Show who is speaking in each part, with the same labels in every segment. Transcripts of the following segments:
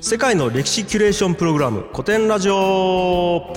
Speaker 1: 世界の歴史キュレーションプログラム古典ラジオ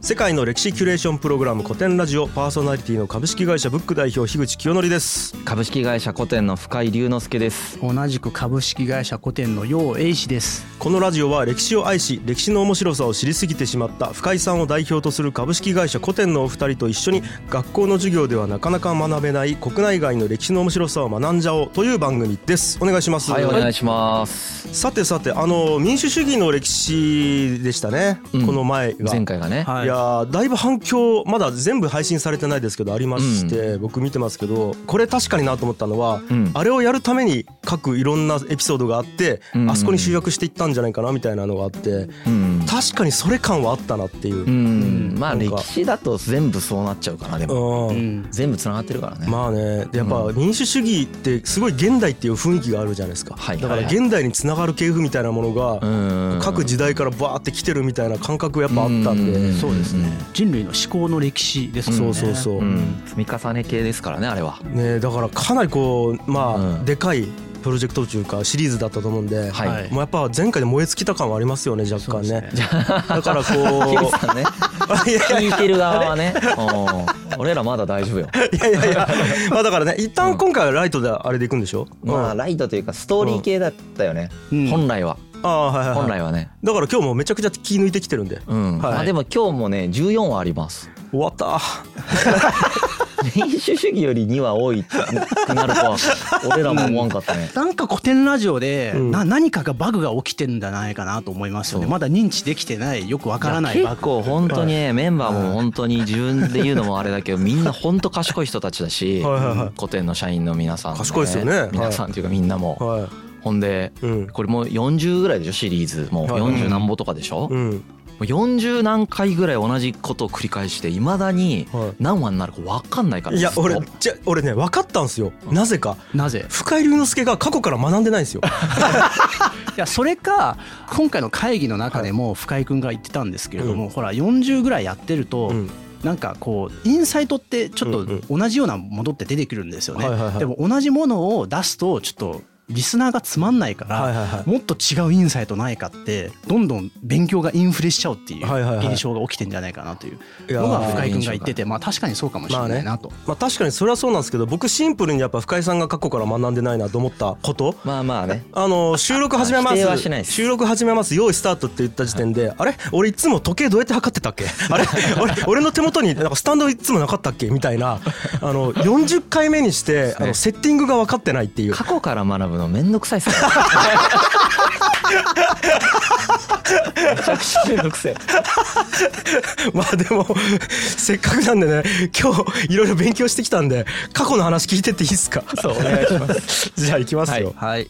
Speaker 1: 世界の歴史キュレーションプログラム古典ラジオパーソナリティの株式会社ブック代表樋口清則です
Speaker 2: 株式会社古典の深井龍之介です
Speaker 3: 同じく株式会社古典の楊英氏です
Speaker 1: このラジオは歴史を愛し歴史の面白さを知りすぎてしまった深井さんを代表とする株式会社古典のお二人と一緒に学校の授業ではなかなか学べない国内外の歴史の面白さを学んじゃおうという番組ですお願いします
Speaker 2: はいお願いします、
Speaker 1: さてさてあの民主主義の歴史でしたね、
Speaker 2: うん
Speaker 1: この前が。
Speaker 2: 前回がね、
Speaker 1: い、やーだいぶ反響まだ全部配信されてないですけどありまして、僕見てますけどこれ確かになと思ったのは、
Speaker 2: うん
Speaker 1: あれをやるために各いろんなエピソードがあって、
Speaker 2: うん
Speaker 1: あそこに集約していったんじゃないかなみたいなのがあって
Speaker 2: うん、
Speaker 1: 確かにそれ感はあったなっていう
Speaker 2: う。ん
Speaker 3: う
Speaker 2: まあ
Speaker 1: なんか
Speaker 2: 歴史だと全部そうなっちゃうかなでも、
Speaker 1: うん
Speaker 3: うん
Speaker 2: 全部つながってるからね、
Speaker 1: まあねでやっぱ民主主義ってすごい現代っていう雰囲気があるじゃないですか、
Speaker 2: はい
Speaker 1: だから
Speaker 2: はいはい
Speaker 1: 現代につながる系譜みたいなものが、
Speaker 2: うん
Speaker 1: 各時代からバーって来てるみたいな感覚やっぱあったんで、
Speaker 2: うん
Speaker 3: そうですね人類の思考の歴史ですもん
Speaker 1: そ
Speaker 3: ね
Speaker 1: うそうそう、
Speaker 2: うん、積み重ね系ですからねあれは
Speaker 1: ね、だからかなりこうまあ、
Speaker 2: うん
Speaker 1: でかいプロジェクトというかシリーズだったと思うんで、
Speaker 2: はい、
Speaker 3: はい
Speaker 1: もうやっぱ前回で燃え尽きた感はありますよね若
Speaker 3: そう
Speaker 1: 干
Speaker 3: です
Speaker 1: ね
Speaker 3: ね
Speaker 1: だからこ
Speaker 2: ヒルさんね
Speaker 1: ういや
Speaker 2: 聞いてる側 はねうん俺らまだ大丈夫よ
Speaker 1: いやいやいやまあだからね一旦今回はライトであれでいくんでしょ、うん
Speaker 2: まあライトというかストーリー系だったよね、
Speaker 3: うん
Speaker 2: 本来は
Speaker 1: ああはいはい、はい、
Speaker 2: 本来はね、
Speaker 1: だから今日もめちゃくちゃ気抜いてきてるんで
Speaker 2: うん
Speaker 1: はい
Speaker 2: まあでも今日もね14話あります
Speaker 1: 終わった
Speaker 2: 民主主義より2話多いくなるとは俺らも思わんかったね
Speaker 3: なんか古典ラジオで、
Speaker 1: うん
Speaker 3: な何かがバグが起きてんじゃないかなと思いますよね
Speaker 2: そう
Speaker 3: まだ認知できてないよくわからないい
Speaker 2: や
Speaker 3: バ
Speaker 2: 結
Speaker 3: グ
Speaker 2: 構本当にねメンバーも本当に自分で言うのもあれだけどみんな本当賢い人たちだし
Speaker 1: はいはいはい
Speaker 2: 古典の社員の皆さん
Speaker 1: 賢いですよねはい
Speaker 2: 皆さんっていうかみんなも
Speaker 1: は
Speaker 2: ほんで
Speaker 1: いうん
Speaker 2: これもう40ぐらいでしょシリーズもう
Speaker 1: はい
Speaker 2: 40何本とかでしょも
Speaker 1: うん
Speaker 2: う40何回ぐらい同じことを繰り返していまだに
Speaker 1: は
Speaker 2: 何話になるか分かんないから
Speaker 1: いや
Speaker 2: ずっと
Speaker 1: 俺じゃ俺ね分かったんですよなぜか
Speaker 3: なぜ
Speaker 1: 深井龍之介が過去から学んでないんですよ
Speaker 3: いやそれか今回の会議の中でも深井君が言ってたんですけれども、ほら40ぐらいやってると、
Speaker 1: うん
Speaker 3: なんかこうインサイトってちょっと
Speaker 1: うんうん
Speaker 3: 同じようなものって出てくるんですよね、
Speaker 1: はいはいはい
Speaker 3: でも同じものを出すとちょっとリスナーがつまんないから、
Speaker 1: はいはいはい
Speaker 3: もっと違うインサイトないかってどんどん勉強がインフレしちゃうっていう
Speaker 1: はいはいはい
Speaker 3: 現象が起きてんじゃないかなという
Speaker 1: いやー
Speaker 3: のが深井君が言っててまあ確かにそうかもしれないなと、
Speaker 1: まあ確かにそれはそうなんですけど僕シンプルにやっぱ深井さんが過去から学んでないなと思ったこと
Speaker 2: まあまあね
Speaker 1: あの収録始めま
Speaker 2: 否定は
Speaker 1: す
Speaker 2: しないです
Speaker 1: 収録始めます用意スタートって言った時点であれ俺いつも時計どうやって測ってたっけあ れ俺俺の手元になんかスタンドいつもなかったっけみたいなあの40回目にしてあのセッティングが分かってないっていう
Speaker 2: 過去から学ぶのめんどくさいっすね めちゃくちゃめんどくせえ
Speaker 1: まあでもせっかくなんでね今日いろいろ勉強してきたんで過去の話聞いてっていいですか
Speaker 2: そうお願いします
Speaker 1: じゃあ行きますよ
Speaker 3: はい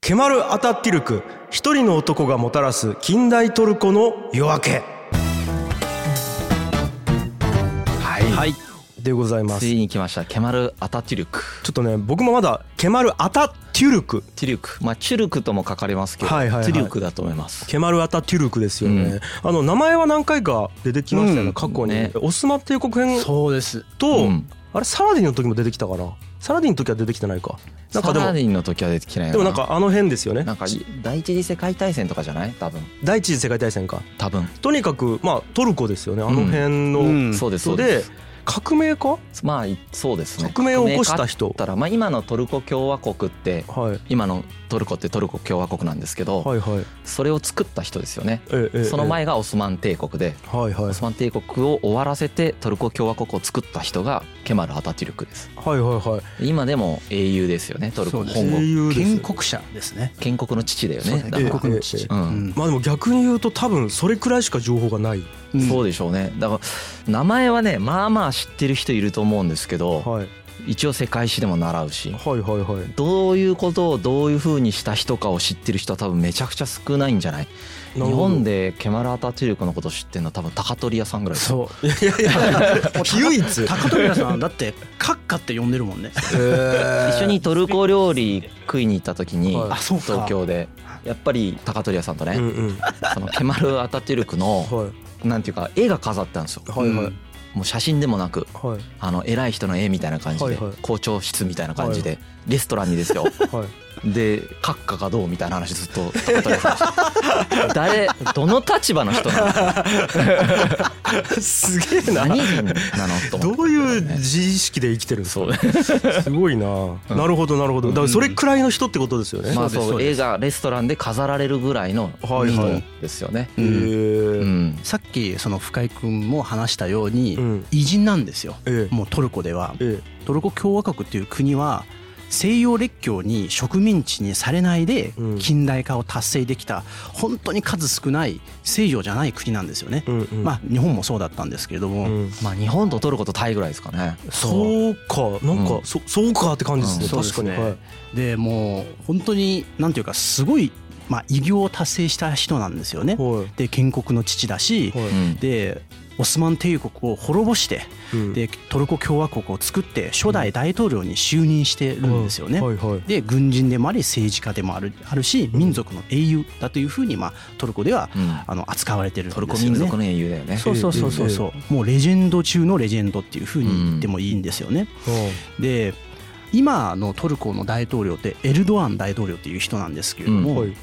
Speaker 1: ケマル・アタティルク一人の男がもたらす近代トルコの夜明けはい、
Speaker 3: はい
Speaker 1: でございます
Speaker 2: つ
Speaker 1: ちょ
Speaker 2: いに来ましたケマル・アタティルク
Speaker 1: っとね僕もまだケマル・アタティルク
Speaker 2: ティルクまあチュルクとも書かれますけど、
Speaker 1: はいはいはい
Speaker 2: ティルクだと思います
Speaker 1: ケマル・アタティルクですよね、あの名前は何回か出てきましたよね、
Speaker 3: うん
Speaker 1: 過去に、
Speaker 2: ね
Speaker 1: オスマン帝国編
Speaker 3: そうです
Speaker 1: と、
Speaker 2: うん
Speaker 1: あれサラディンの時も出てきたかなサラディンの時は出てきてないかなんかで
Speaker 2: サラ
Speaker 1: も
Speaker 2: ディンの時は出てきてないな
Speaker 1: でもなんかあの辺ですよね
Speaker 2: なんか第一次世界大戦とかじゃない多分
Speaker 1: 第一次世界大戦か
Speaker 2: 多分、
Speaker 1: とにかくまあトルコですよねあの辺の、
Speaker 3: うん
Speaker 2: そうですそ
Speaker 1: そう
Speaker 2: で
Speaker 1: です革命家
Speaker 2: まあいそうですね
Speaker 1: 革命を起こした人
Speaker 2: 革命家って言ったら、まあ、今のトルコ共和国って
Speaker 1: はい
Speaker 2: 今のトルコってトルコ共和国なんですけど、
Speaker 1: はいはい
Speaker 2: それを作った人ですよね
Speaker 1: ええ
Speaker 2: その前がオスマン帝国で
Speaker 1: はいはい
Speaker 2: オスマン帝国を終わらせてトルコ共和国を作った人がケマル・アタティルクです
Speaker 1: はいはいはい
Speaker 2: 今でも英雄ですよねトルコ
Speaker 3: そう
Speaker 2: 本国
Speaker 1: 雄です
Speaker 3: 建国者ですね
Speaker 2: 建国の父だよ
Speaker 3: そうで
Speaker 2: ね
Speaker 3: すね
Speaker 2: だから
Speaker 3: 建国の父、
Speaker 1: え
Speaker 2: えうん
Speaker 1: まあでも逆に言うと多分それくらいしか情報がない
Speaker 3: うん
Speaker 2: そうでしょうねだから名前はねまあまあ知ってる人いると思うんですけど
Speaker 1: はい
Speaker 2: 一応世界史でも習うし
Speaker 1: はいはいはい
Speaker 2: どういうことをどういうふうにした人かを知ってる人は多分めちゃくちゃ少ないんじゃない日
Speaker 1: なるほど
Speaker 2: 本でケマル・アタティルクのこと知ってるのは多分高取屋さんぐらいだよ
Speaker 3: そう
Speaker 1: いやいやい や唯一
Speaker 3: 高富屋さんだって閣下って呼んでるもんね
Speaker 2: 一緒にトルコ料理食いに行った時に
Speaker 1: はい
Speaker 3: あそうか
Speaker 2: 東京でやっぱり高取屋さんと
Speaker 1: うん
Speaker 2: ね
Speaker 1: うんは
Speaker 2: そのケマル・アタティルクの
Speaker 1: い
Speaker 2: なんていうか絵が飾ってあるんですよ
Speaker 1: はいはい
Speaker 2: もう写真でもなく
Speaker 1: はい
Speaker 2: あの偉い人の絵みたいな感じで、
Speaker 1: はいはい
Speaker 2: 校長室みたいな感じで、レストランにですよ
Speaker 1: はい
Speaker 2: で閣下がどうみたいな話ずっと高谷さんしてました誰どの立場の人なの
Speaker 1: すげえな
Speaker 2: 何人なのと思
Speaker 1: ど
Speaker 2: っ
Speaker 1: う
Speaker 2: て
Speaker 1: いう自意識で生きてるんです
Speaker 2: そう
Speaker 1: かすごいな、なるほどなるほどだからそれくらいの人ってことですよね、
Speaker 2: まあ
Speaker 3: そうです
Speaker 2: そ
Speaker 3: そう
Speaker 2: う
Speaker 3: で
Speaker 2: 映
Speaker 3: す
Speaker 2: 画レストランで飾られるぐらいの
Speaker 1: はいはい
Speaker 2: 人ですよね、
Speaker 1: へえ
Speaker 2: うん
Speaker 3: さっきその深井君も話したように、
Speaker 1: うん
Speaker 3: 偉人なんですよ
Speaker 1: ええ
Speaker 3: もうトルコでは
Speaker 1: え
Speaker 3: トルコ共和国っていう国は西洋列強に植民地にされないで
Speaker 1: うん
Speaker 3: 近代化を達成できた本当に数少ない西洋じゃない国なんですよね
Speaker 1: え、。うんうん
Speaker 3: まあ日本もそうだったんですけれど
Speaker 1: う
Speaker 3: も、
Speaker 1: ん
Speaker 2: まあ日本とトルコとタイぐらいですかねう
Speaker 1: そうかなんか、
Speaker 2: うん
Speaker 1: そそうかって感じですね、
Speaker 3: そうで
Speaker 1: 確
Speaker 3: す
Speaker 1: かに、
Speaker 3: ね
Speaker 1: はい
Speaker 3: でもう本当になんていうかすごい、まあ、偉業を達成した人なんですよね。
Speaker 1: は
Speaker 3: で建国の父だし
Speaker 1: い、はい
Speaker 2: うん
Speaker 3: でオスマン帝国を滅ぼして
Speaker 1: うん
Speaker 3: でトルコ共和国を作って初代大統領に就任してるんですよね。
Speaker 1: はいはい
Speaker 3: で軍人でもあり政治家でもあるあるし民族の英雄だというふうに、まあ、トルコでは
Speaker 2: うん
Speaker 3: あの扱われてるんです
Speaker 2: ト
Speaker 3: よ
Speaker 2: ル
Speaker 3: ね
Speaker 2: コ民族の英雄だよね
Speaker 3: そうそうそうそうそう、もうレジェンド中のレジェンドっていうふうに言ってもいいんですよね。で今のトルコの大統領ってエルドアン大統領っていう人なんですけれど
Speaker 1: う
Speaker 3: も、
Speaker 1: んはい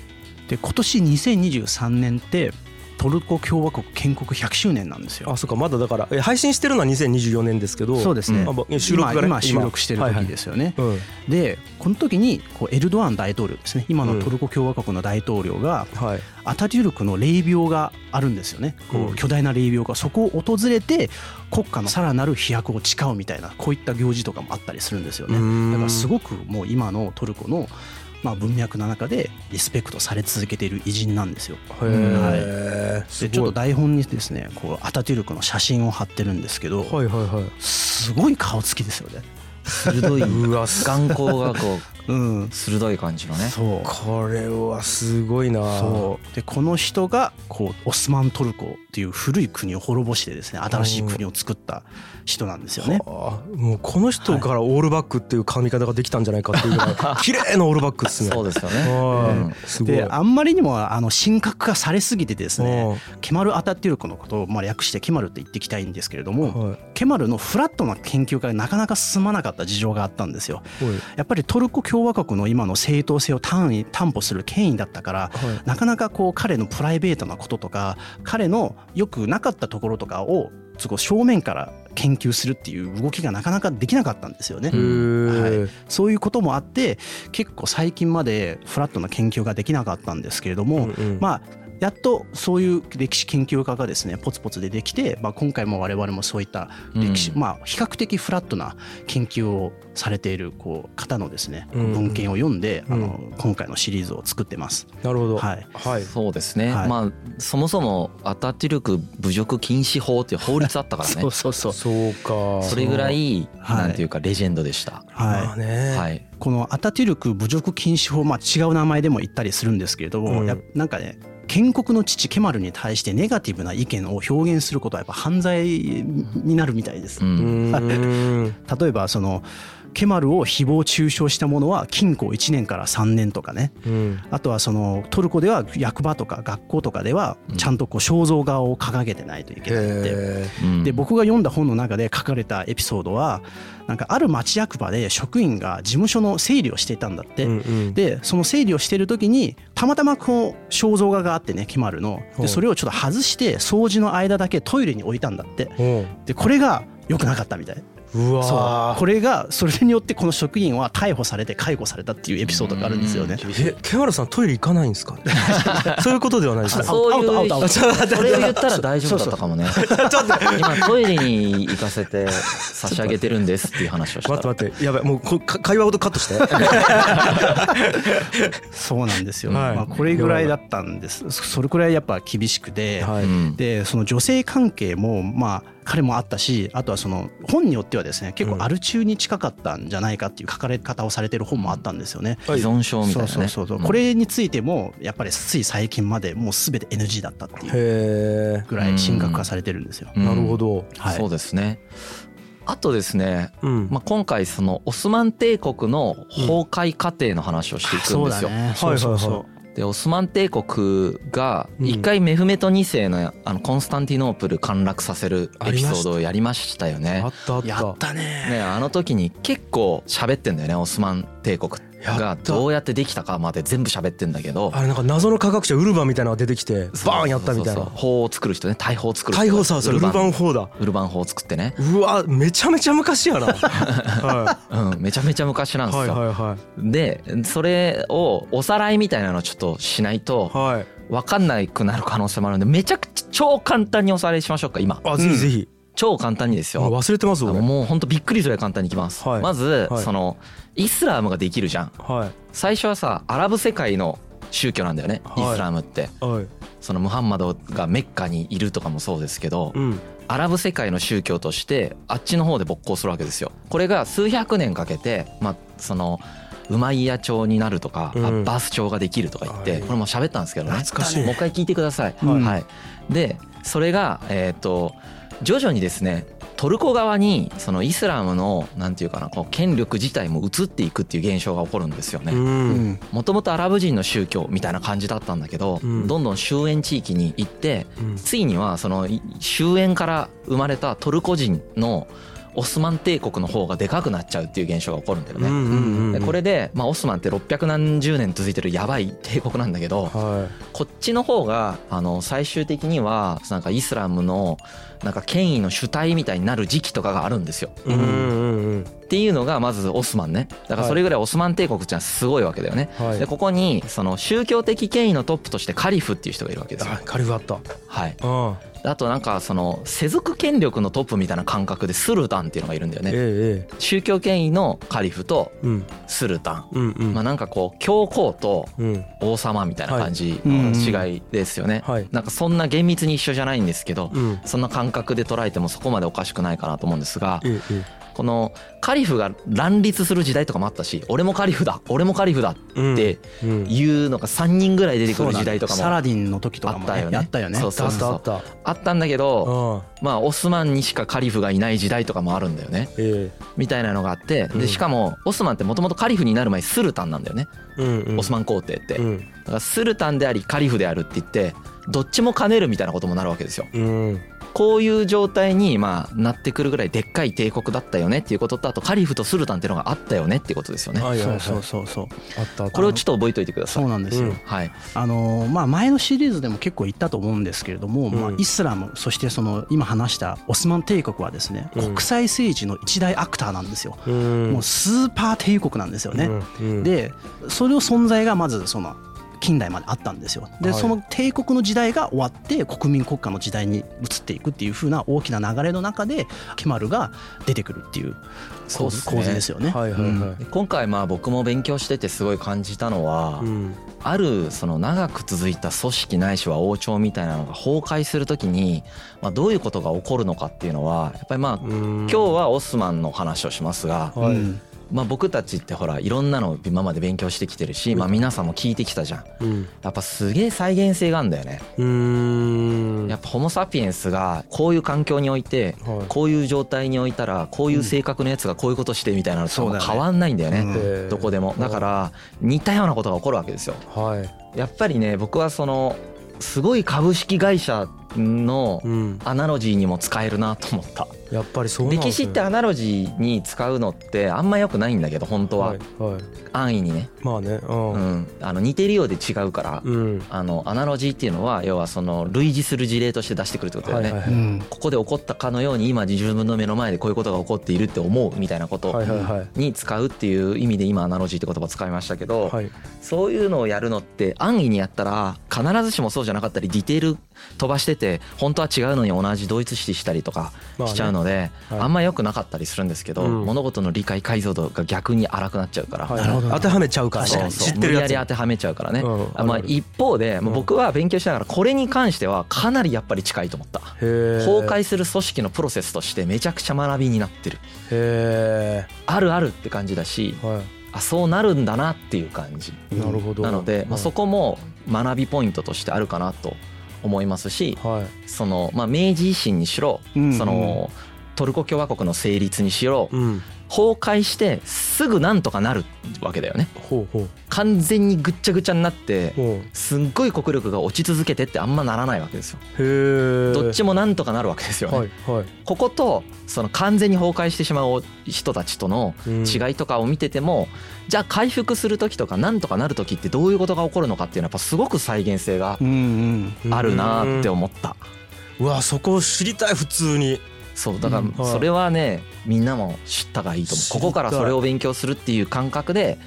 Speaker 3: で今年2023年ってトルコ共和国建国100周年なんですよ
Speaker 1: あ。そうかまだだからえ配信してるのは2024年ですけど
Speaker 3: そうですね、
Speaker 2: うん
Speaker 1: あま収録が
Speaker 3: 今
Speaker 1: ね
Speaker 3: 今収録してる
Speaker 1: はいは
Speaker 3: 時
Speaker 1: い
Speaker 3: ですよね、
Speaker 1: うん
Speaker 3: でこの時にこうエルドアン大統領ですね今のトルコ共和国の大統領が
Speaker 1: はい
Speaker 3: アタトゥルクの霊廟があるんですよね、こう
Speaker 1: うん
Speaker 3: 巨大な霊廟がそこを訪れて国家のさらなる飛躍を誓うみたいなこういった行事とかもあったりするんですよ
Speaker 1: うーん
Speaker 3: ねだからすごくもう今のトルコのまあ文脈の中でリスペクトされ続けている偉人なんですよ
Speaker 1: へえす
Speaker 3: でちょっ
Speaker 1: ごい
Speaker 3: と台本にですねこうアタトゥルクの写真を貼ってるんですけど、
Speaker 1: はいはいはい
Speaker 3: すごい顔つきですよね
Speaker 2: 鋭いう
Speaker 1: わ
Speaker 2: 眼光がこ
Speaker 3: うん
Speaker 2: う鋭い感じのね
Speaker 3: そう
Speaker 1: これはすごいな
Speaker 3: そうでこの人がこうオスマントルコっていう古い国を滅ぼしてですね新しい国を作った人なんですよね。
Speaker 1: あもうこの人からオールバックっていう髪型ができたんじゃないかっていう ぐらい綺麗なオールバックですね
Speaker 2: そうですよね
Speaker 1: はいすごい
Speaker 3: であんまりにもあの神格化されすぎてですね
Speaker 1: う
Speaker 3: ケマル・アタテュルコのことをまあ略してケマルって言っていきたいんですけれども
Speaker 1: はい
Speaker 3: ケマルのフラットな研究がなかなか進まなかった事情があったんですよ。
Speaker 1: はい
Speaker 3: やっぱりトルコ共和国の今の正当性を単位担保する権威だったから
Speaker 1: はい
Speaker 3: なかなかこう彼のプライベートなこととか彼のよくなかったところとかをそこ正面から研究するっていう動きがなかなかできなかったんですよね。
Speaker 1: へ
Speaker 3: は
Speaker 1: ー
Speaker 3: い、そういうこともあって結構最近までフラットな研究ができなかったんですけれども、
Speaker 1: うんうん
Speaker 3: まあやっとそういう歴史研究家がですねポツポツ出てきて、まあ、今回も我々もそういった歴史、
Speaker 2: うん
Speaker 3: まあ比較的フラットな研究をされているこう方のですね、
Speaker 1: うん
Speaker 3: 文献を読んで、
Speaker 1: うん
Speaker 3: あの今回のシリーズを作ってます。
Speaker 1: なるほど
Speaker 3: はい
Speaker 1: はい
Speaker 2: そうですね、
Speaker 3: はい
Speaker 2: まあそもそもアタティルク侮辱禁止法っていう法律あったからね
Speaker 3: そうそうそう。
Speaker 1: そうか
Speaker 2: それぐらい
Speaker 3: はい
Speaker 2: なんていうかレジェンドでした、
Speaker 1: ま
Speaker 3: は
Speaker 1: あ
Speaker 3: い、
Speaker 1: ね
Speaker 2: はい、
Speaker 3: このアタティルク侮辱禁止法、まあ、違う名前でも言ったりするんですけれども、
Speaker 1: うん
Speaker 3: やっぱなんかね建国の父ケマルに対してネガティブな意見を表現することはやっぱ犯罪になるみたいです
Speaker 1: う
Speaker 2: う。
Speaker 1: んーん
Speaker 3: 例えばそのケマルを誹謗中傷した者は禁錮1年から3年とかね
Speaker 1: うん
Speaker 3: あとはそのトルコでは役場とか学校とかではちゃんとこう肖像画を掲げてないといけないって。
Speaker 1: へ
Speaker 2: うん
Speaker 3: で僕が読んだ本の中で書かれたエピソードはなんかある町役場で職員が事務所の整理をしていたんだって、
Speaker 1: ーうんうん
Speaker 3: でその整理をしてる時にたまたまこう肖像画があってね決まるの
Speaker 1: ほう
Speaker 3: でそれをちょっと外して掃除の間だけトイレに置いたんだって
Speaker 1: おう
Speaker 3: でこれが良くなかったみたい
Speaker 1: う
Speaker 3: そ
Speaker 1: わ
Speaker 3: う
Speaker 1: ー
Speaker 3: これがそれによってこの職員は逮捕されて解雇されたっていうエピソードがあるんですよね。
Speaker 1: えケマルさんトイレ行かないんですか そういうことではないです
Speaker 2: あ
Speaker 1: か
Speaker 2: そういう
Speaker 3: アウトアウトアウト
Speaker 2: それを言ったら大丈夫だったかもね今トイレに行かせて差し上げてるんですっていう話をした
Speaker 1: 待って待ってやばいもうこか会話ごとカットして
Speaker 3: そうなんですよ、
Speaker 1: はい
Speaker 3: まあ、これぐらいだったんですそれくらいやっぱ厳しくて、
Speaker 1: は
Speaker 2: うん
Speaker 3: でその女性関係もまあ彼もあったしあとはその本によってはですね結
Speaker 1: うん
Speaker 3: 構アル中に近かったんじゃないかっていう書かれ方をされてる本もあったんですよね。
Speaker 2: 依存症みたい
Speaker 3: そ
Speaker 2: な
Speaker 3: う
Speaker 2: ね
Speaker 3: そうそうそう、
Speaker 2: ん
Speaker 3: これについてもやっぱりつい最近までもう全て NG だったっていう
Speaker 1: へ
Speaker 3: ぐらい神格化されてるんですよ。
Speaker 2: う
Speaker 1: え
Speaker 2: ん
Speaker 1: なるほど
Speaker 3: はい
Speaker 2: そうですねあとですね、
Speaker 1: うん
Speaker 2: まあ、今回そのオスマン帝国の崩壊過程の話をしていくんですよ。
Speaker 3: ね
Speaker 1: はいはいはい
Speaker 3: そうそうそう
Speaker 2: でオスマン帝国が
Speaker 1: うん
Speaker 2: 一回メフメト2世のあのコンスタンティノープル陥落させるエピソードをやりましたよ
Speaker 1: あっ
Speaker 2: ね。
Speaker 1: たあった
Speaker 3: やったね
Speaker 2: ねあの時に結構喋ってんだよねオスマン帝国
Speaker 1: や
Speaker 2: が
Speaker 1: った
Speaker 2: どうやってできたかまで全部喋ってんだけど
Speaker 1: あれなんか謎の科学者ウルバンみたいなのが出てきてバーンやったみたい
Speaker 2: そ
Speaker 1: な
Speaker 2: うそうそう法を作る人ね大砲を作る人
Speaker 1: 大砲さそれウルバン砲だ
Speaker 2: ウルバン法を作ってね、
Speaker 1: うわめちゃめちゃ昔 やなは
Speaker 2: うん、めちゃめちゃ昔ないんですよ
Speaker 1: はい、はいは
Speaker 2: でそれをおさらいみたいなのちょっとしないと
Speaker 1: いはい
Speaker 2: 分かんなくなる可能性もあるんでめちゃくちゃ超簡単におさらいしましょうか今
Speaker 1: あぜひぜひ
Speaker 2: 超簡単にです
Speaker 1: もう
Speaker 2: よ
Speaker 1: 忘れてます俺
Speaker 2: もうほんとびっくりするぐらい簡単にいきます、
Speaker 1: はい
Speaker 2: まず、
Speaker 1: はい
Speaker 2: そのイスラームができるじゃん
Speaker 1: は
Speaker 2: 最初はさアラブ世界の宗教なんだよね、
Speaker 1: はい
Speaker 2: イスラムって
Speaker 1: いはい
Speaker 2: そのムハンマドがメッカにいるとかもそうですけど、
Speaker 1: うん
Speaker 2: アラブ世界の宗教としてあっちの方で勃興するわけですよこれが数百年かけてまあそのウマイヤ朝になるとか、
Speaker 1: うん
Speaker 2: アッバース朝ができるとか言って、
Speaker 1: はい
Speaker 2: これも喋ったんですけどね
Speaker 1: 懐かしい
Speaker 2: もう一回聞いてください、
Speaker 3: はい
Speaker 2: はい、でそれがえっ、と徐々にですねトルコ側にそのイスラムのなんていうかなこう権力自体も移っていくっていう現象が起こるんですよね、
Speaker 1: うん
Speaker 2: もともとアラブ人の宗教みたいな感じだったんだけど、
Speaker 1: うん
Speaker 2: どんどん終焉地域に行って
Speaker 1: うん
Speaker 2: ついにはそのい終焉から生まれたトルコ人のオスマン帝国の方がでかくなっちゃうっていう現象が起こるんだよ
Speaker 1: うん
Speaker 2: ね。
Speaker 1: うんう
Speaker 2: で
Speaker 1: ん
Speaker 2: これで、まあ、オスマンって600何十年続いてるやばい帝国なんだけど
Speaker 1: は
Speaker 2: こっちの方があの最終的にはなんかイスラムのなんか権威の主体みたいになる時期とかがあるんですよ。
Speaker 1: いうんうんうん
Speaker 2: っていうのがまずオスマンねだからそれぐらいオスマン帝国ってのはすごいわけだよね、
Speaker 1: はい
Speaker 2: でここにその宗教的権威のトップとしてカリフっていう人がいるわけですよ
Speaker 1: あカリフあった
Speaker 2: はい
Speaker 1: ああ
Speaker 2: あとなんかその世俗権力のトップみたいな感覚でスルタンっていうのがいるんだよね
Speaker 1: えええ
Speaker 2: 宗教権威のカリフと
Speaker 1: えうん
Speaker 2: スルタン
Speaker 1: うんうん
Speaker 2: まあなんかこう教皇と
Speaker 1: うん
Speaker 2: 王様みたいな感じ
Speaker 3: は
Speaker 2: の違いですよね、
Speaker 1: はい
Speaker 2: なんかそんな厳密に一緒じゃないんですけど、
Speaker 1: うん
Speaker 2: そんな感覚で捉えてもそこまでおかしくないかなと思うんですが、
Speaker 1: えええ
Speaker 2: このカリフが乱立する時代とかもあったし俺もカリフだ俺もカリフだ
Speaker 1: えうん
Speaker 2: って
Speaker 1: うん
Speaker 2: いうのが3人ぐらい出てく
Speaker 3: そう
Speaker 2: る
Speaker 3: なん
Speaker 2: 時代とか
Speaker 3: サ
Speaker 2: も
Speaker 3: ラディンの時とかも、
Speaker 2: あったよ
Speaker 3: ね、
Speaker 2: ね
Speaker 3: やったよね
Speaker 2: そう
Speaker 1: あったあったあった
Speaker 2: あったんだけど
Speaker 1: ああ
Speaker 2: まあオスマンにしかカリフがいない時代とかもあるんだよね
Speaker 1: え
Speaker 2: みたいなのがあって
Speaker 1: うん
Speaker 2: でしかもオスマンってもともとカリフになる前スルタンなんだよね
Speaker 1: えうんうん
Speaker 2: オスマン皇帝って
Speaker 1: う
Speaker 2: だ
Speaker 1: ん
Speaker 2: からスルタンでありカリフであるって言ってどっちも兼ねるみたいなこともなるわけですよ
Speaker 1: うん
Speaker 2: こういう状態にまあなってくるぐらいでっかい帝国だったよねっていうこととあとカリフとスルタンっていうのがあったよねっていうことですよね
Speaker 1: はいはい
Speaker 3: そ
Speaker 1: はいう
Speaker 3: そうそうそう
Speaker 1: あったあった
Speaker 2: これをちょっと覚えておいてくださ
Speaker 3: そ
Speaker 2: いう
Speaker 3: なんですよ、
Speaker 1: うん
Speaker 2: はい
Speaker 3: あのーまあ、前のシリーズでも結構言ったと思うんですけれども、まあ
Speaker 1: うん、
Speaker 3: イスラムそしてその今話したオスマン帝国はですね、
Speaker 1: うん
Speaker 3: 国際政治の一大アクターなんですよ、
Speaker 1: うん
Speaker 3: もうスーパー帝国なんですよね、
Speaker 1: うんうん
Speaker 3: でそれの存在がまずその近代まであったんですよで、
Speaker 1: はい
Speaker 3: その帝国の時代が終わって国民国家の時代に移っていくっていう風な大きな流れの中でケマルが出てくるっていう
Speaker 2: そう
Speaker 3: 構
Speaker 2: っ
Speaker 3: 図
Speaker 2: す
Speaker 3: 構
Speaker 2: ね
Speaker 3: 図ですよね。
Speaker 1: はいはい
Speaker 3: うん
Speaker 1: は
Speaker 2: で今回まあ僕も勉強しててすごい感じたのは、
Speaker 1: いうん
Speaker 2: あるその長く続いた組織ないしは王朝みたいなのが崩壊するときに、まあ、どういうことが起こるのかっていうのはやっぱりまあ、
Speaker 1: うん
Speaker 2: 今日はオスマンの話をしますが、
Speaker 1: はい
Speaker 3: うん
Speaker 2: まあ、僕たちってほらいろんなのを今まで勉強してきてるし、まあ、皆さんも聞いてきたじゃん
Speaker 1: うん
Speaker 2: やっぱすげえ再現性があるんだよね
Speaker 1: うん
Speaker 2: やっぱホモ・サピエンスがこういう環境において
Speaker 1: はい
Speaker 2: こういう状態に置いたらこういう性格のやつがこういうことしてみたいなの
Speaker 3: そう
Speaker 2: と
Speaker 3: だね
Speaker 2: 変わんないんだよね、
Speaker 3: うん
Speaker 1: で
Speaker 2: どこでもだから似たようなことが起こるわけですよ
Speaker 1: はい
Speaker 2: やっぱりね僕はそのすごい株式会社の
Speaker 1: うん
Speaker 2: アナロジーにも使えるなと思った
Speaker 1: やっぱりそうなん
Speaker 2: 歴
Speaker 1: です
Speaker 2: 史っ
Speaker 1: ね
Speaker 2: てアナロジーに使うのってあんま良くないんだけど本当
Speaker 1: は
Speaker 2: はい
Speaker 1: はい
Speaker 2: 安易にね、
Speaker 1: まあねう
Speaker 2: うんん、あの似てるようで違うから
Speaker 1: うん
Speaker 2: あのアナロジーっていうのは要はその類似する事例として出してくるってことだ
Speaker 1: は
Speaker 2: よ
Speaker 1: い
Speaker 2: ね、
Speaker 1: はいは
Speaker 3: う
Speaker 1: い
Speaker 3: ん
Speaker 2: ここで起こったかのように今自分の目の前でこういうことが起こっているって思うみたいなこと
Speaker 1: はいはいはい
Speaker 2: に使うっていう意味で今アナロジーって言葉使いましたけど、
Speaker 1: はい
Speaker 2: そういうのをやるのって安易にやったら必ずしもそうじゃなかったりディテール飛ばしてて本当は違うのに同じ同一視したりとか
Speaker 1: まあね
Speaker 2: しちゃうので
Speaker 1: はい
Speaker 2: あんま良くなかったりするんですけど
Speaker 1: うん
Speaker 2: 物事の理解解像度が逆に荒くなっちゃうから。
Speaker 1: はい
Speaker 3: なるほど
Speaker 1: 当てはめちゃうから
Speaker 2: そう
Speaker 1: ね
Speaker 2: そう
Speaker 1: 知って
Speaker 2: 無
Speaker 1: る
Speaker 2: 理や
Speaker 1: や
Speaker 2: り
Speaker 1: つ
Speaker 2: 当てはめちゃうからね、
Speaker 1: うん
Speaker 2: あま
Speaker 1: あ
Speaker 2: あ、
Speaker 1: るある
Speaker 2: 一方で、まあ
Speaker 1: うん
Speaker 2: 僕は勉強しながらこれに関してはかなりやっぱり近いと思った、崩
Speaker 1: 崩
Speaker 2: 壊する組織のプロセスとしてめちゃくちゃ学びになってる
Speaker 1: へ
Speaker 2: あるあるって感じだし
Speaker 1: えは
Speaker 2: あそうなるんだなっていう感じ
Speaker 1: いなるほど
Speaker 2: なので、まあ、そ
Speaker 1: こ
Speaker 2: こも学びポイントとしてあるかなと思いますし
Speaker 1: はい
Speaker 2: その、まあ、明治維新にしろ
Speaker 3: うんうん
Speaker 2: そのトルコ共和国の成立にしろ
Speaker 1: うん
Speaker 2: 崩壊してすぐなんとかなるわけだよね
Speaker 1: ほうほう
Speaker 2: 完全にぐっちゃぐちゃになって
Speaker 1: ほうへ
Speaker 2: すんごい国力が落ち続けてってあんまならないわけですよ
Speaker 1: え
Speaker 2: どっちもなんとかなるわけですよね、
Speaker 1: はいは
Speaker 2: こことその完全に崩壊してしまう人たちとの
Speaker 1: い、うん
Speaker 2: 違いとかを見てても、じゃあ回復する時とかなんとかなる時ってどういうことが起こるのかっていうのはやっぱすごく再現性が
Speaker 3: うんうん
Speaker 2: あるなーって思った、
Speaker 1: うんうわそこ知りたい普通に
Speaker 2: そうだか
Speaker 3: うん
Speaker 1: は
Speaker 2: ら
Speaker 1: い
Speaker 2: それはねみんなも知ったがいいと思
Speaker 1: 知りた
Speaker 2: う
Speaker 1: い
Speaker 2: ここからそれを勉強するっていう感覚で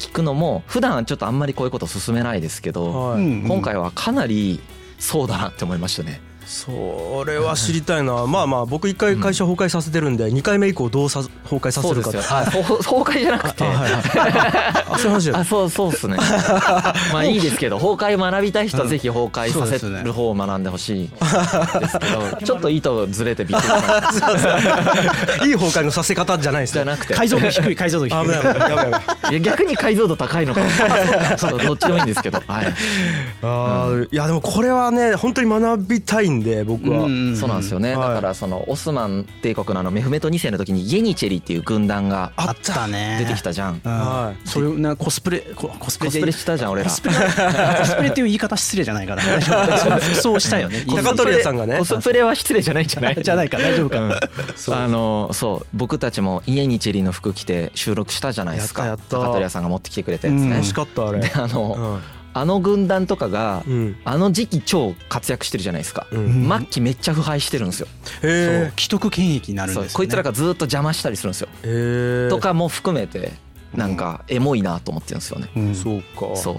Speaker 2: 聞くのも普段はちょっとあんまりこういうこと進めないですけど
Speaker 1: はい、
Speaker 3: うんうん
Speaker 2: 今回はかなりそうだなって思いましたね
Speaker 1: それは知りたいなまあまあ僕一回会社崩壊させてるんで二回目以降どうさ崩壊さ
Speaker 2: そ
Speaker 1: せる
Speaker 2: うで
Speaker 1: か
Speaker 2: す
Speaker 1: と
Speaker 2: よあほほ崩壊じゃなくて
Speaker 1: あはいはいあそういう話だ
Speaker 2: あそうそうっ すねまあいいですけど崩壊学びたい人はぜひ崩壊さ
Speaker 3: そうです
Speaker 2: せ
Speaker 3: ね
Speaker 2: る方を学んでほしいですけどちょっと意図がずれてびっくりし た
Speaker 1: いい崩壊のさせ方じゃないです
Speaker 2: じゃ
Speaker 1: ね
Speaker 2: なくて
Speaker 3: 解像度低い解像度低
Speaker 1: 危
Speaker 3: い
Speaker 1: ない危ないやばいやばい
Speaker 2: いや逆に解像度高いのかもちょっとどっちでもいいんですけどはい
Speaker 1: あーいやでもこれはね本当に学びたいんで僕は、
Speaker 2: そうなんですよね、
Speaker 1: はい
Speaker 2: だからそのオスマン帝国のあのメフメト2世の時にイエニチェリっていう軍団が
Speaker 3: あったね
Speaker 2: 出てきたじゃん
Speaker 3: うん
Speaker 1: はい
Speaker 3: それをなコスプレココス
Speaker 2: コ
Speaker 3: プレ
Speaker 2: スプレしたじゃん俺
Speaker 3: コ
Speaker 2: ら
Speaker 3: スプレコスプレっていう言い方失礼じゃないから大丈夫そうそうしたよね
Speaker 1: コスプレ高取屋さんがね
Speaker 2: コスプレは失礼じゃないんじゃない
Speaker 3: じゃないか大丈夫
Speaker 2: う
Speaker 3: か
Speaker 2: ん
Speaker 1: そう
Speaker 2: あのそう僕たちも家にチェリーの服着て収録したじゃないですか
Speaker 1: やったやった
Speaker 2: 高取屋さんが持ってきてくれたやつ
Speaker 3: うん
Speaker 2: ね
Speaker 1: 楽し、かったあれ
Speaker 2: であの、
Speaker 1: うん
Speaker 2: あの軍団とかが、
Speaker 1: うん
Speaker 2: あの時期超活躍してるじゃないですか、
Speaker 1: うん
Speaker 2: 末期めっちゃ腐敗してるんですよ、
Speaker 3: そう
Speaker 1: へ
Speaker 3: 既得権益になるんです
Speaker 2: そ
Speaker 3: よ
Speaker 2: う
Speaker 3: ね
Speaker 2: こいつらがずっと邪魔したりするんですよ、
Speaker 1: えへえ
Speaker 2: とかも含めてなんかエモいなと思ってるんですよね、
Speaker 3: うん
Speaker 1: そうか
Speaker 2: そうっ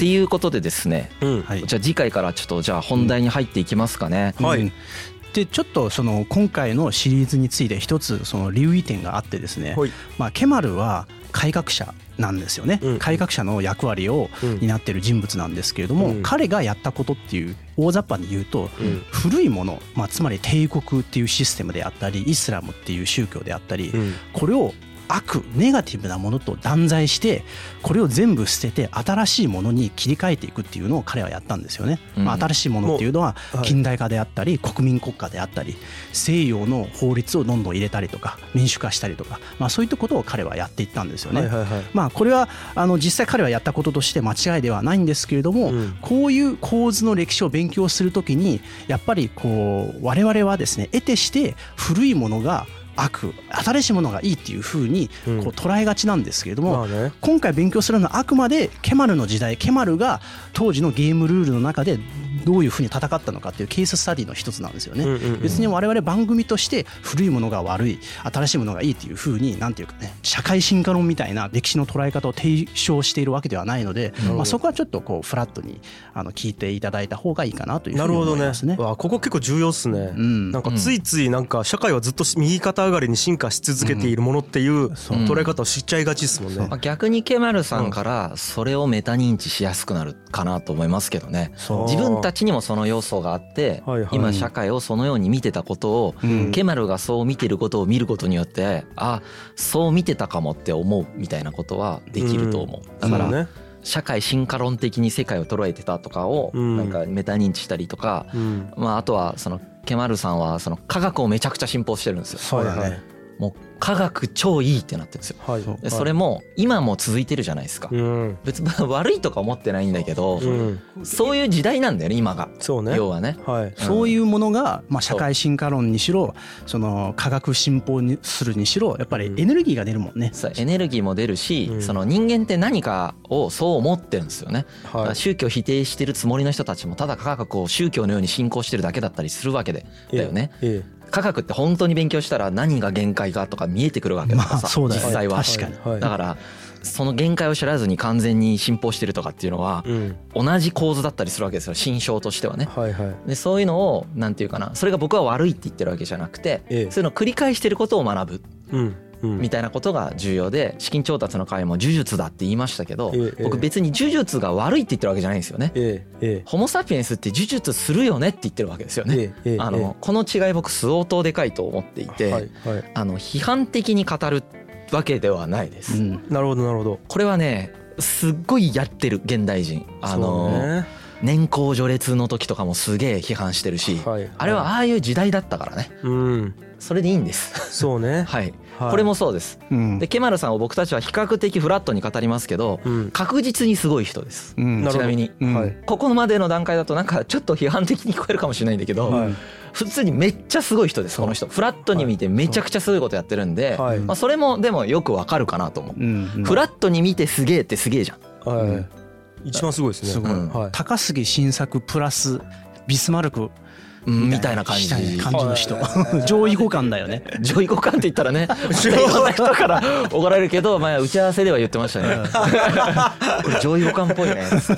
Speaker 2: ていうことでですね
Speaker 1: うん
Speaker 3: はい
Speaker 2: じゃあ次回からちょっとじゃあ本題に入っていきますかね、
Speaker 1: はい
Speaker 3: うんでちょっとその今回のシリーズについて一つその留意点があってですね、
Speaker 1: はい
Speaker 3: まあ、ケマルは改革者なんですよね、
Speaker 1: うん
Speaker 3: 改革者の役割を
Speaker 1: うん
Speaker 3: 担ってる人物なんですけれど
Speaker 1: う
Speaker 3: も、
Speaker 1: ん
Speaker 3: 彼がやったことっていう大雑把に言うと、
Speaker 1: うん
Speaker 3: 古いもの、まあ、つまり帝国っていうシステムであったりイスラムっていう宗教であったり、
Speaker 1: うん
Speaker 3: これを悪ネガティブなものと断罪してこれを全部捨てて新しいものに切り替えていくっていうのを彼はやったんですよね。
Speaker 2: うん
Speaker 3: まあ、新しいものっていうのは
Speaker 1: もうはい
Speaker 3: 近代化であったり国民国家であったり西洋の法律をどんどん入れたりとか民主化したりとか、まあ、そういったことを彼はやっていったんですよ
Speaker 1: はい
Speaker 3: ね。
Speaker 1: はいはい
Speaker 3: まあ、これはあの実際彼はやったこととして間違いではないんですけれども、
Speaker 1: うん
Speaker 3: こういう構図の歴史を勉強するときにやっぱりこう我々はですね得てして古いものが悪新しいものがいいっていうふうにこ
Speaker 1: う
Speaker 3: うん捉えがちなんですけれども、
Speaker 1: まあね
Speaker 3: 今回勉強するのはあくまでケマルの時代ケマルが当時のゲームルールの中でどういうふうに戦ったのかっていうケーススタディの一つなんですよね。
Speaker 1: うんうんうん
Speaker 3: 別に我々番組として古いものが悪い新しいものがいいっていうふうになんていうかね社会進化論みたいな歴史の捉え方を提唱しているわけではないので、
Speaker 1: ほど
Speaker 3: まあ、そこはちょっとこうフラットにあの聞いていただいた方がいいかなというふ
Speaker 1: な
Speaker 3: う
Speaker 1: る
Speaker 3: に
Speaker 1: ほど
Speaker 3: 思い
Speaker 1: ね
Speaker 3: ますね。
Speaker 1: わあここ結構重要っすね、
Speaker 3: うん
Speaker 1: なんかついついなんか社会はずっと右肩上がりに進化し続けているものっていう
Speaker 3: そう
Speaker 1: 捉え方を知っちゃいがちですもんね
Speaker 2: まあ、逆にケマルさんからそれをメタ認知しやすくなるかなと思いますけどね
Speaker 3: そう
Speaker 2: 自分たちにもその要素があって
Speaker 1: はいはい
Speaker 2: 今社会をそのように見てたことを
Speaker 3: うん
Speaker 2: ケマルがそう見てることを見ることによってあそう見てたかもって思うみたいなことはできると思うだか
Speaker 1: そう
Speaker 2: ら
Speaker 1: ね、
Speaker 2: 社会進化論的に世界を捉えてたとかを
Speaker 1: うん
Speaker 2: なんかメタ認知したりとか
Speaker 1: うん、
Speaker 2: まああとはそのケマルさんはその科学をめちゃくちゃ信奉してるんですよ
Speaker 3: そうだね
Speaker 2: もう科学超いいってなってるんですよ
Speaker 1: はい
Speaker 3: そう
Speaker 2: でそれも今も続いてるじゃないですか
Speaker 1: うん、
Speaker 2: 別に悪いとか思ってないんだけど
Speaker 1: うん、
Speaker 2: そういう時代なんだよね今が
Speaker 1: そうね
Speaker 2: 要はね
Speaker 1: はい
Speaker 3: そういうものが、まあ、社会進化論にしろその科学進歩にするにしろやっぱりエネルギーが出るもんね。
Speaker 2: そうエネルギーも出るし、
Speaker 1: うん
Speaker 2: その人間って何かをそう思ってるんですよね、だか
Speaker 1: は
Speaker 2: ら宗教を否定してるつもりの人たちもただ科学を宗教のように信仰してるだけだったりするわけで
Speaker 1: い
Speaker 2: だよね
Speaker 1: え
Speaker 2: 科学って本当に勉強したら何が限界かとか見えてくるわけだか
Speaker 3: ま
Speaker 2: ら
Speaker 3: あ
Speaker 2: さ、
Speaker 3: そうだ
Speaker 2: 実際
Speaker 3: よね
Speaker 2: は
Speaker 3: 確かに。
Speaker 1: えはい
Speaker 2: だからその限界を知らずに完全に信奉してるとかっていうのは
Speaker 1: うん
Speaker 2: 同じ構図だったりするわけですよ心象としてはね
Speaker 1: はいはい
Speaker 2: でそういうのをなんていうかなそれが僕は悪いって言ってるわけじゃなくて、
Speaker 1: ええ
Speaker 2: そういうのを繰り返してることを学ぶ
Speaker 1: うんうん
Speaker 2: みたいなことが重要で資金調達の会も呪術だって言いましたけど
Speaker 1: ええええ
Speaker 2: 僕別に呪術が悪いって言ってるわけじゃないんですよね。
Speaker 1: えええ
Speaker 2: ホモ・サピエンスって呪術するよねって言ってるわけですよ
Speaker 1: ええ
Speaker 2: ね。
Speaker 1: えええ
Speaker 2: あのこの違い僕相当でかいと思ってい
Speaker 1: えは
Speaker 2: て
Speaker 1: いはい
Speaker 2: あの批判的に語るわけではないで
Speaker 3: う
Speaker 2: す。
Speaker 3: ん
Speaker 1: なるほどなるほど
Speaker 2: これはねすっごいやってる現代人あ
Speaker 1: そう
Speaker 2: の
Speaker 1: ね
Speaker 2: 年功序列の時とかもすげえ批判してるし
Speaker 1: はい
Speaker 2: あれはああいう時代だったからね
Speaker 1: うん
Speaker 2: それでいいんです。
Speaker 1: そうね、
Speaker 2: はい、
Speaker 1: はい
Speaker 2: これもそうです。
Speaker 3: うん
Speaker 2: でケマルさんを僕たちは比較的フラットに語りますけど、
Speaker 1: うん
Speaker 2: 確実にすごい人です。
Speaker 3: うん
Speaker 1: なるほど
Speaker 2: ちなみに
Speaker 3: うん
Speaker 1: はい
Speaker 2: ここまでの段階だとなんかちょっと批判的に聞こえるかもしれないんだけど、
Speaker 1: はい
Speaker 2: 普通にめっちゃすごい人ですこの人フラットに見てめちゃくちゃすごいことやってるんで、
Speaker 1: はい
Speaker 2: まあ、それもでもよくわかるかなと思う、
Speaker 3: うんうん
Speaker 2: フラットに見てすげえってすげえじゃん
Speaker 1: はい一番すごいですね
Speaker 3: すごい
Speaker 1: うんはい
Speaker 3: 高杉晋作プラスビスマルク
Speaker 2: うんみたいな感じ
Speaker 3: みたいな感じの人上位互換だよね
Speaker 2: 上位互換って言った らねいろんな人から怒られるけど、まあ、打ち合わせでは言ってましたね これ上位互換っぽいねっつっ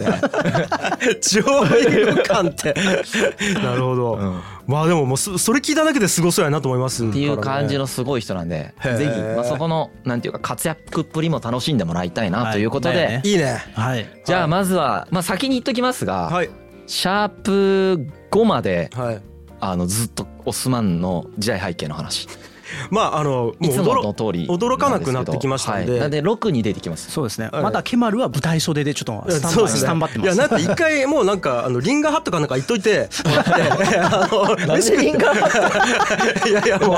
Speaker 1: 上
Speaker 2: て、
Speaker 1: 位互換っ てなるほど、
Speaker 2: うんっ
Speaker 1: まあでももうそそれ聞いただけですごそうやなと思いますって
Speaker 2: いう感じのすごい人なんで、
Speaker 1: へー
Speaker 2: ぜひ、まあ、そこのなんていうか活躍っぷりも楽しんでもらいたいなということで、
Speaker 3: はいだよね
Speaker 1: いいね
Speaker 3: はい
Speaker 2: じゃあまずは、まあ、先に言っときますが、
Speaker 1: はい
Speaker 2: シャープ5まで
Speaker 1: はい
Speaker 2: あのずっとオスマンの時代背景の話
Speaker 1: まああの
Speaker 2: い
Speaker 1: もう
Speaker 2: つもの
Speaker 1: 驚
Speaker 2: 通り
Speaker 1: 驚かなくなってきましたんで
Speaker 2: はいなんで6に出てきます
Speaker 3: そうですね
Speaker 1: はい
Speaker 3: まだケマルは舞台袖でちょっとスタン
Speaker 1: そう
Speaker 3: バ
Speaker 1: です
Speaker 3: イ
Speaker 1: ね
Speaker 3: スタンバって
Speaker 1: い
Speaker 3: ま
Speaker 1: や
Speaker 3: す
Speaker 1: なんか一回もうなんかあのリンガーハットかなんか言っとい てあの飯食って いやいやもう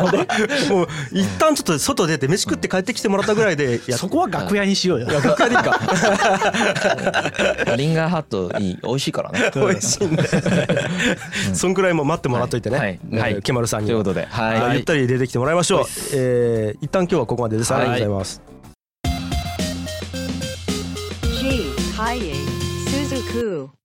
Speaker 1: もう一旦ちょっと外出て飯食って帰ってきてもらったぐらいでやっ
Speaker 3: そこは楽屋にしようよ
Speaker 1: いや学会でいいか
Speaker 2: リンガーハットいい美味しいからね
Speaker 1: 美味しいんで そんくらいもう待ってもらっといてね、
Speaker 2: はい
Speaker 1: えー
Speaker 2: はい
Speaker 1: ケマルさん
Speaker 2: と
Speaker 1: に
Speaker 2: いう
Speaker 1: は
Speaker 2: ことではい、
Speaker 1: ゆったり出てきてもらいましょう、えー一旦今日はここまでですありがとうございます、
Speaker 4: G. Hayei Suzuku.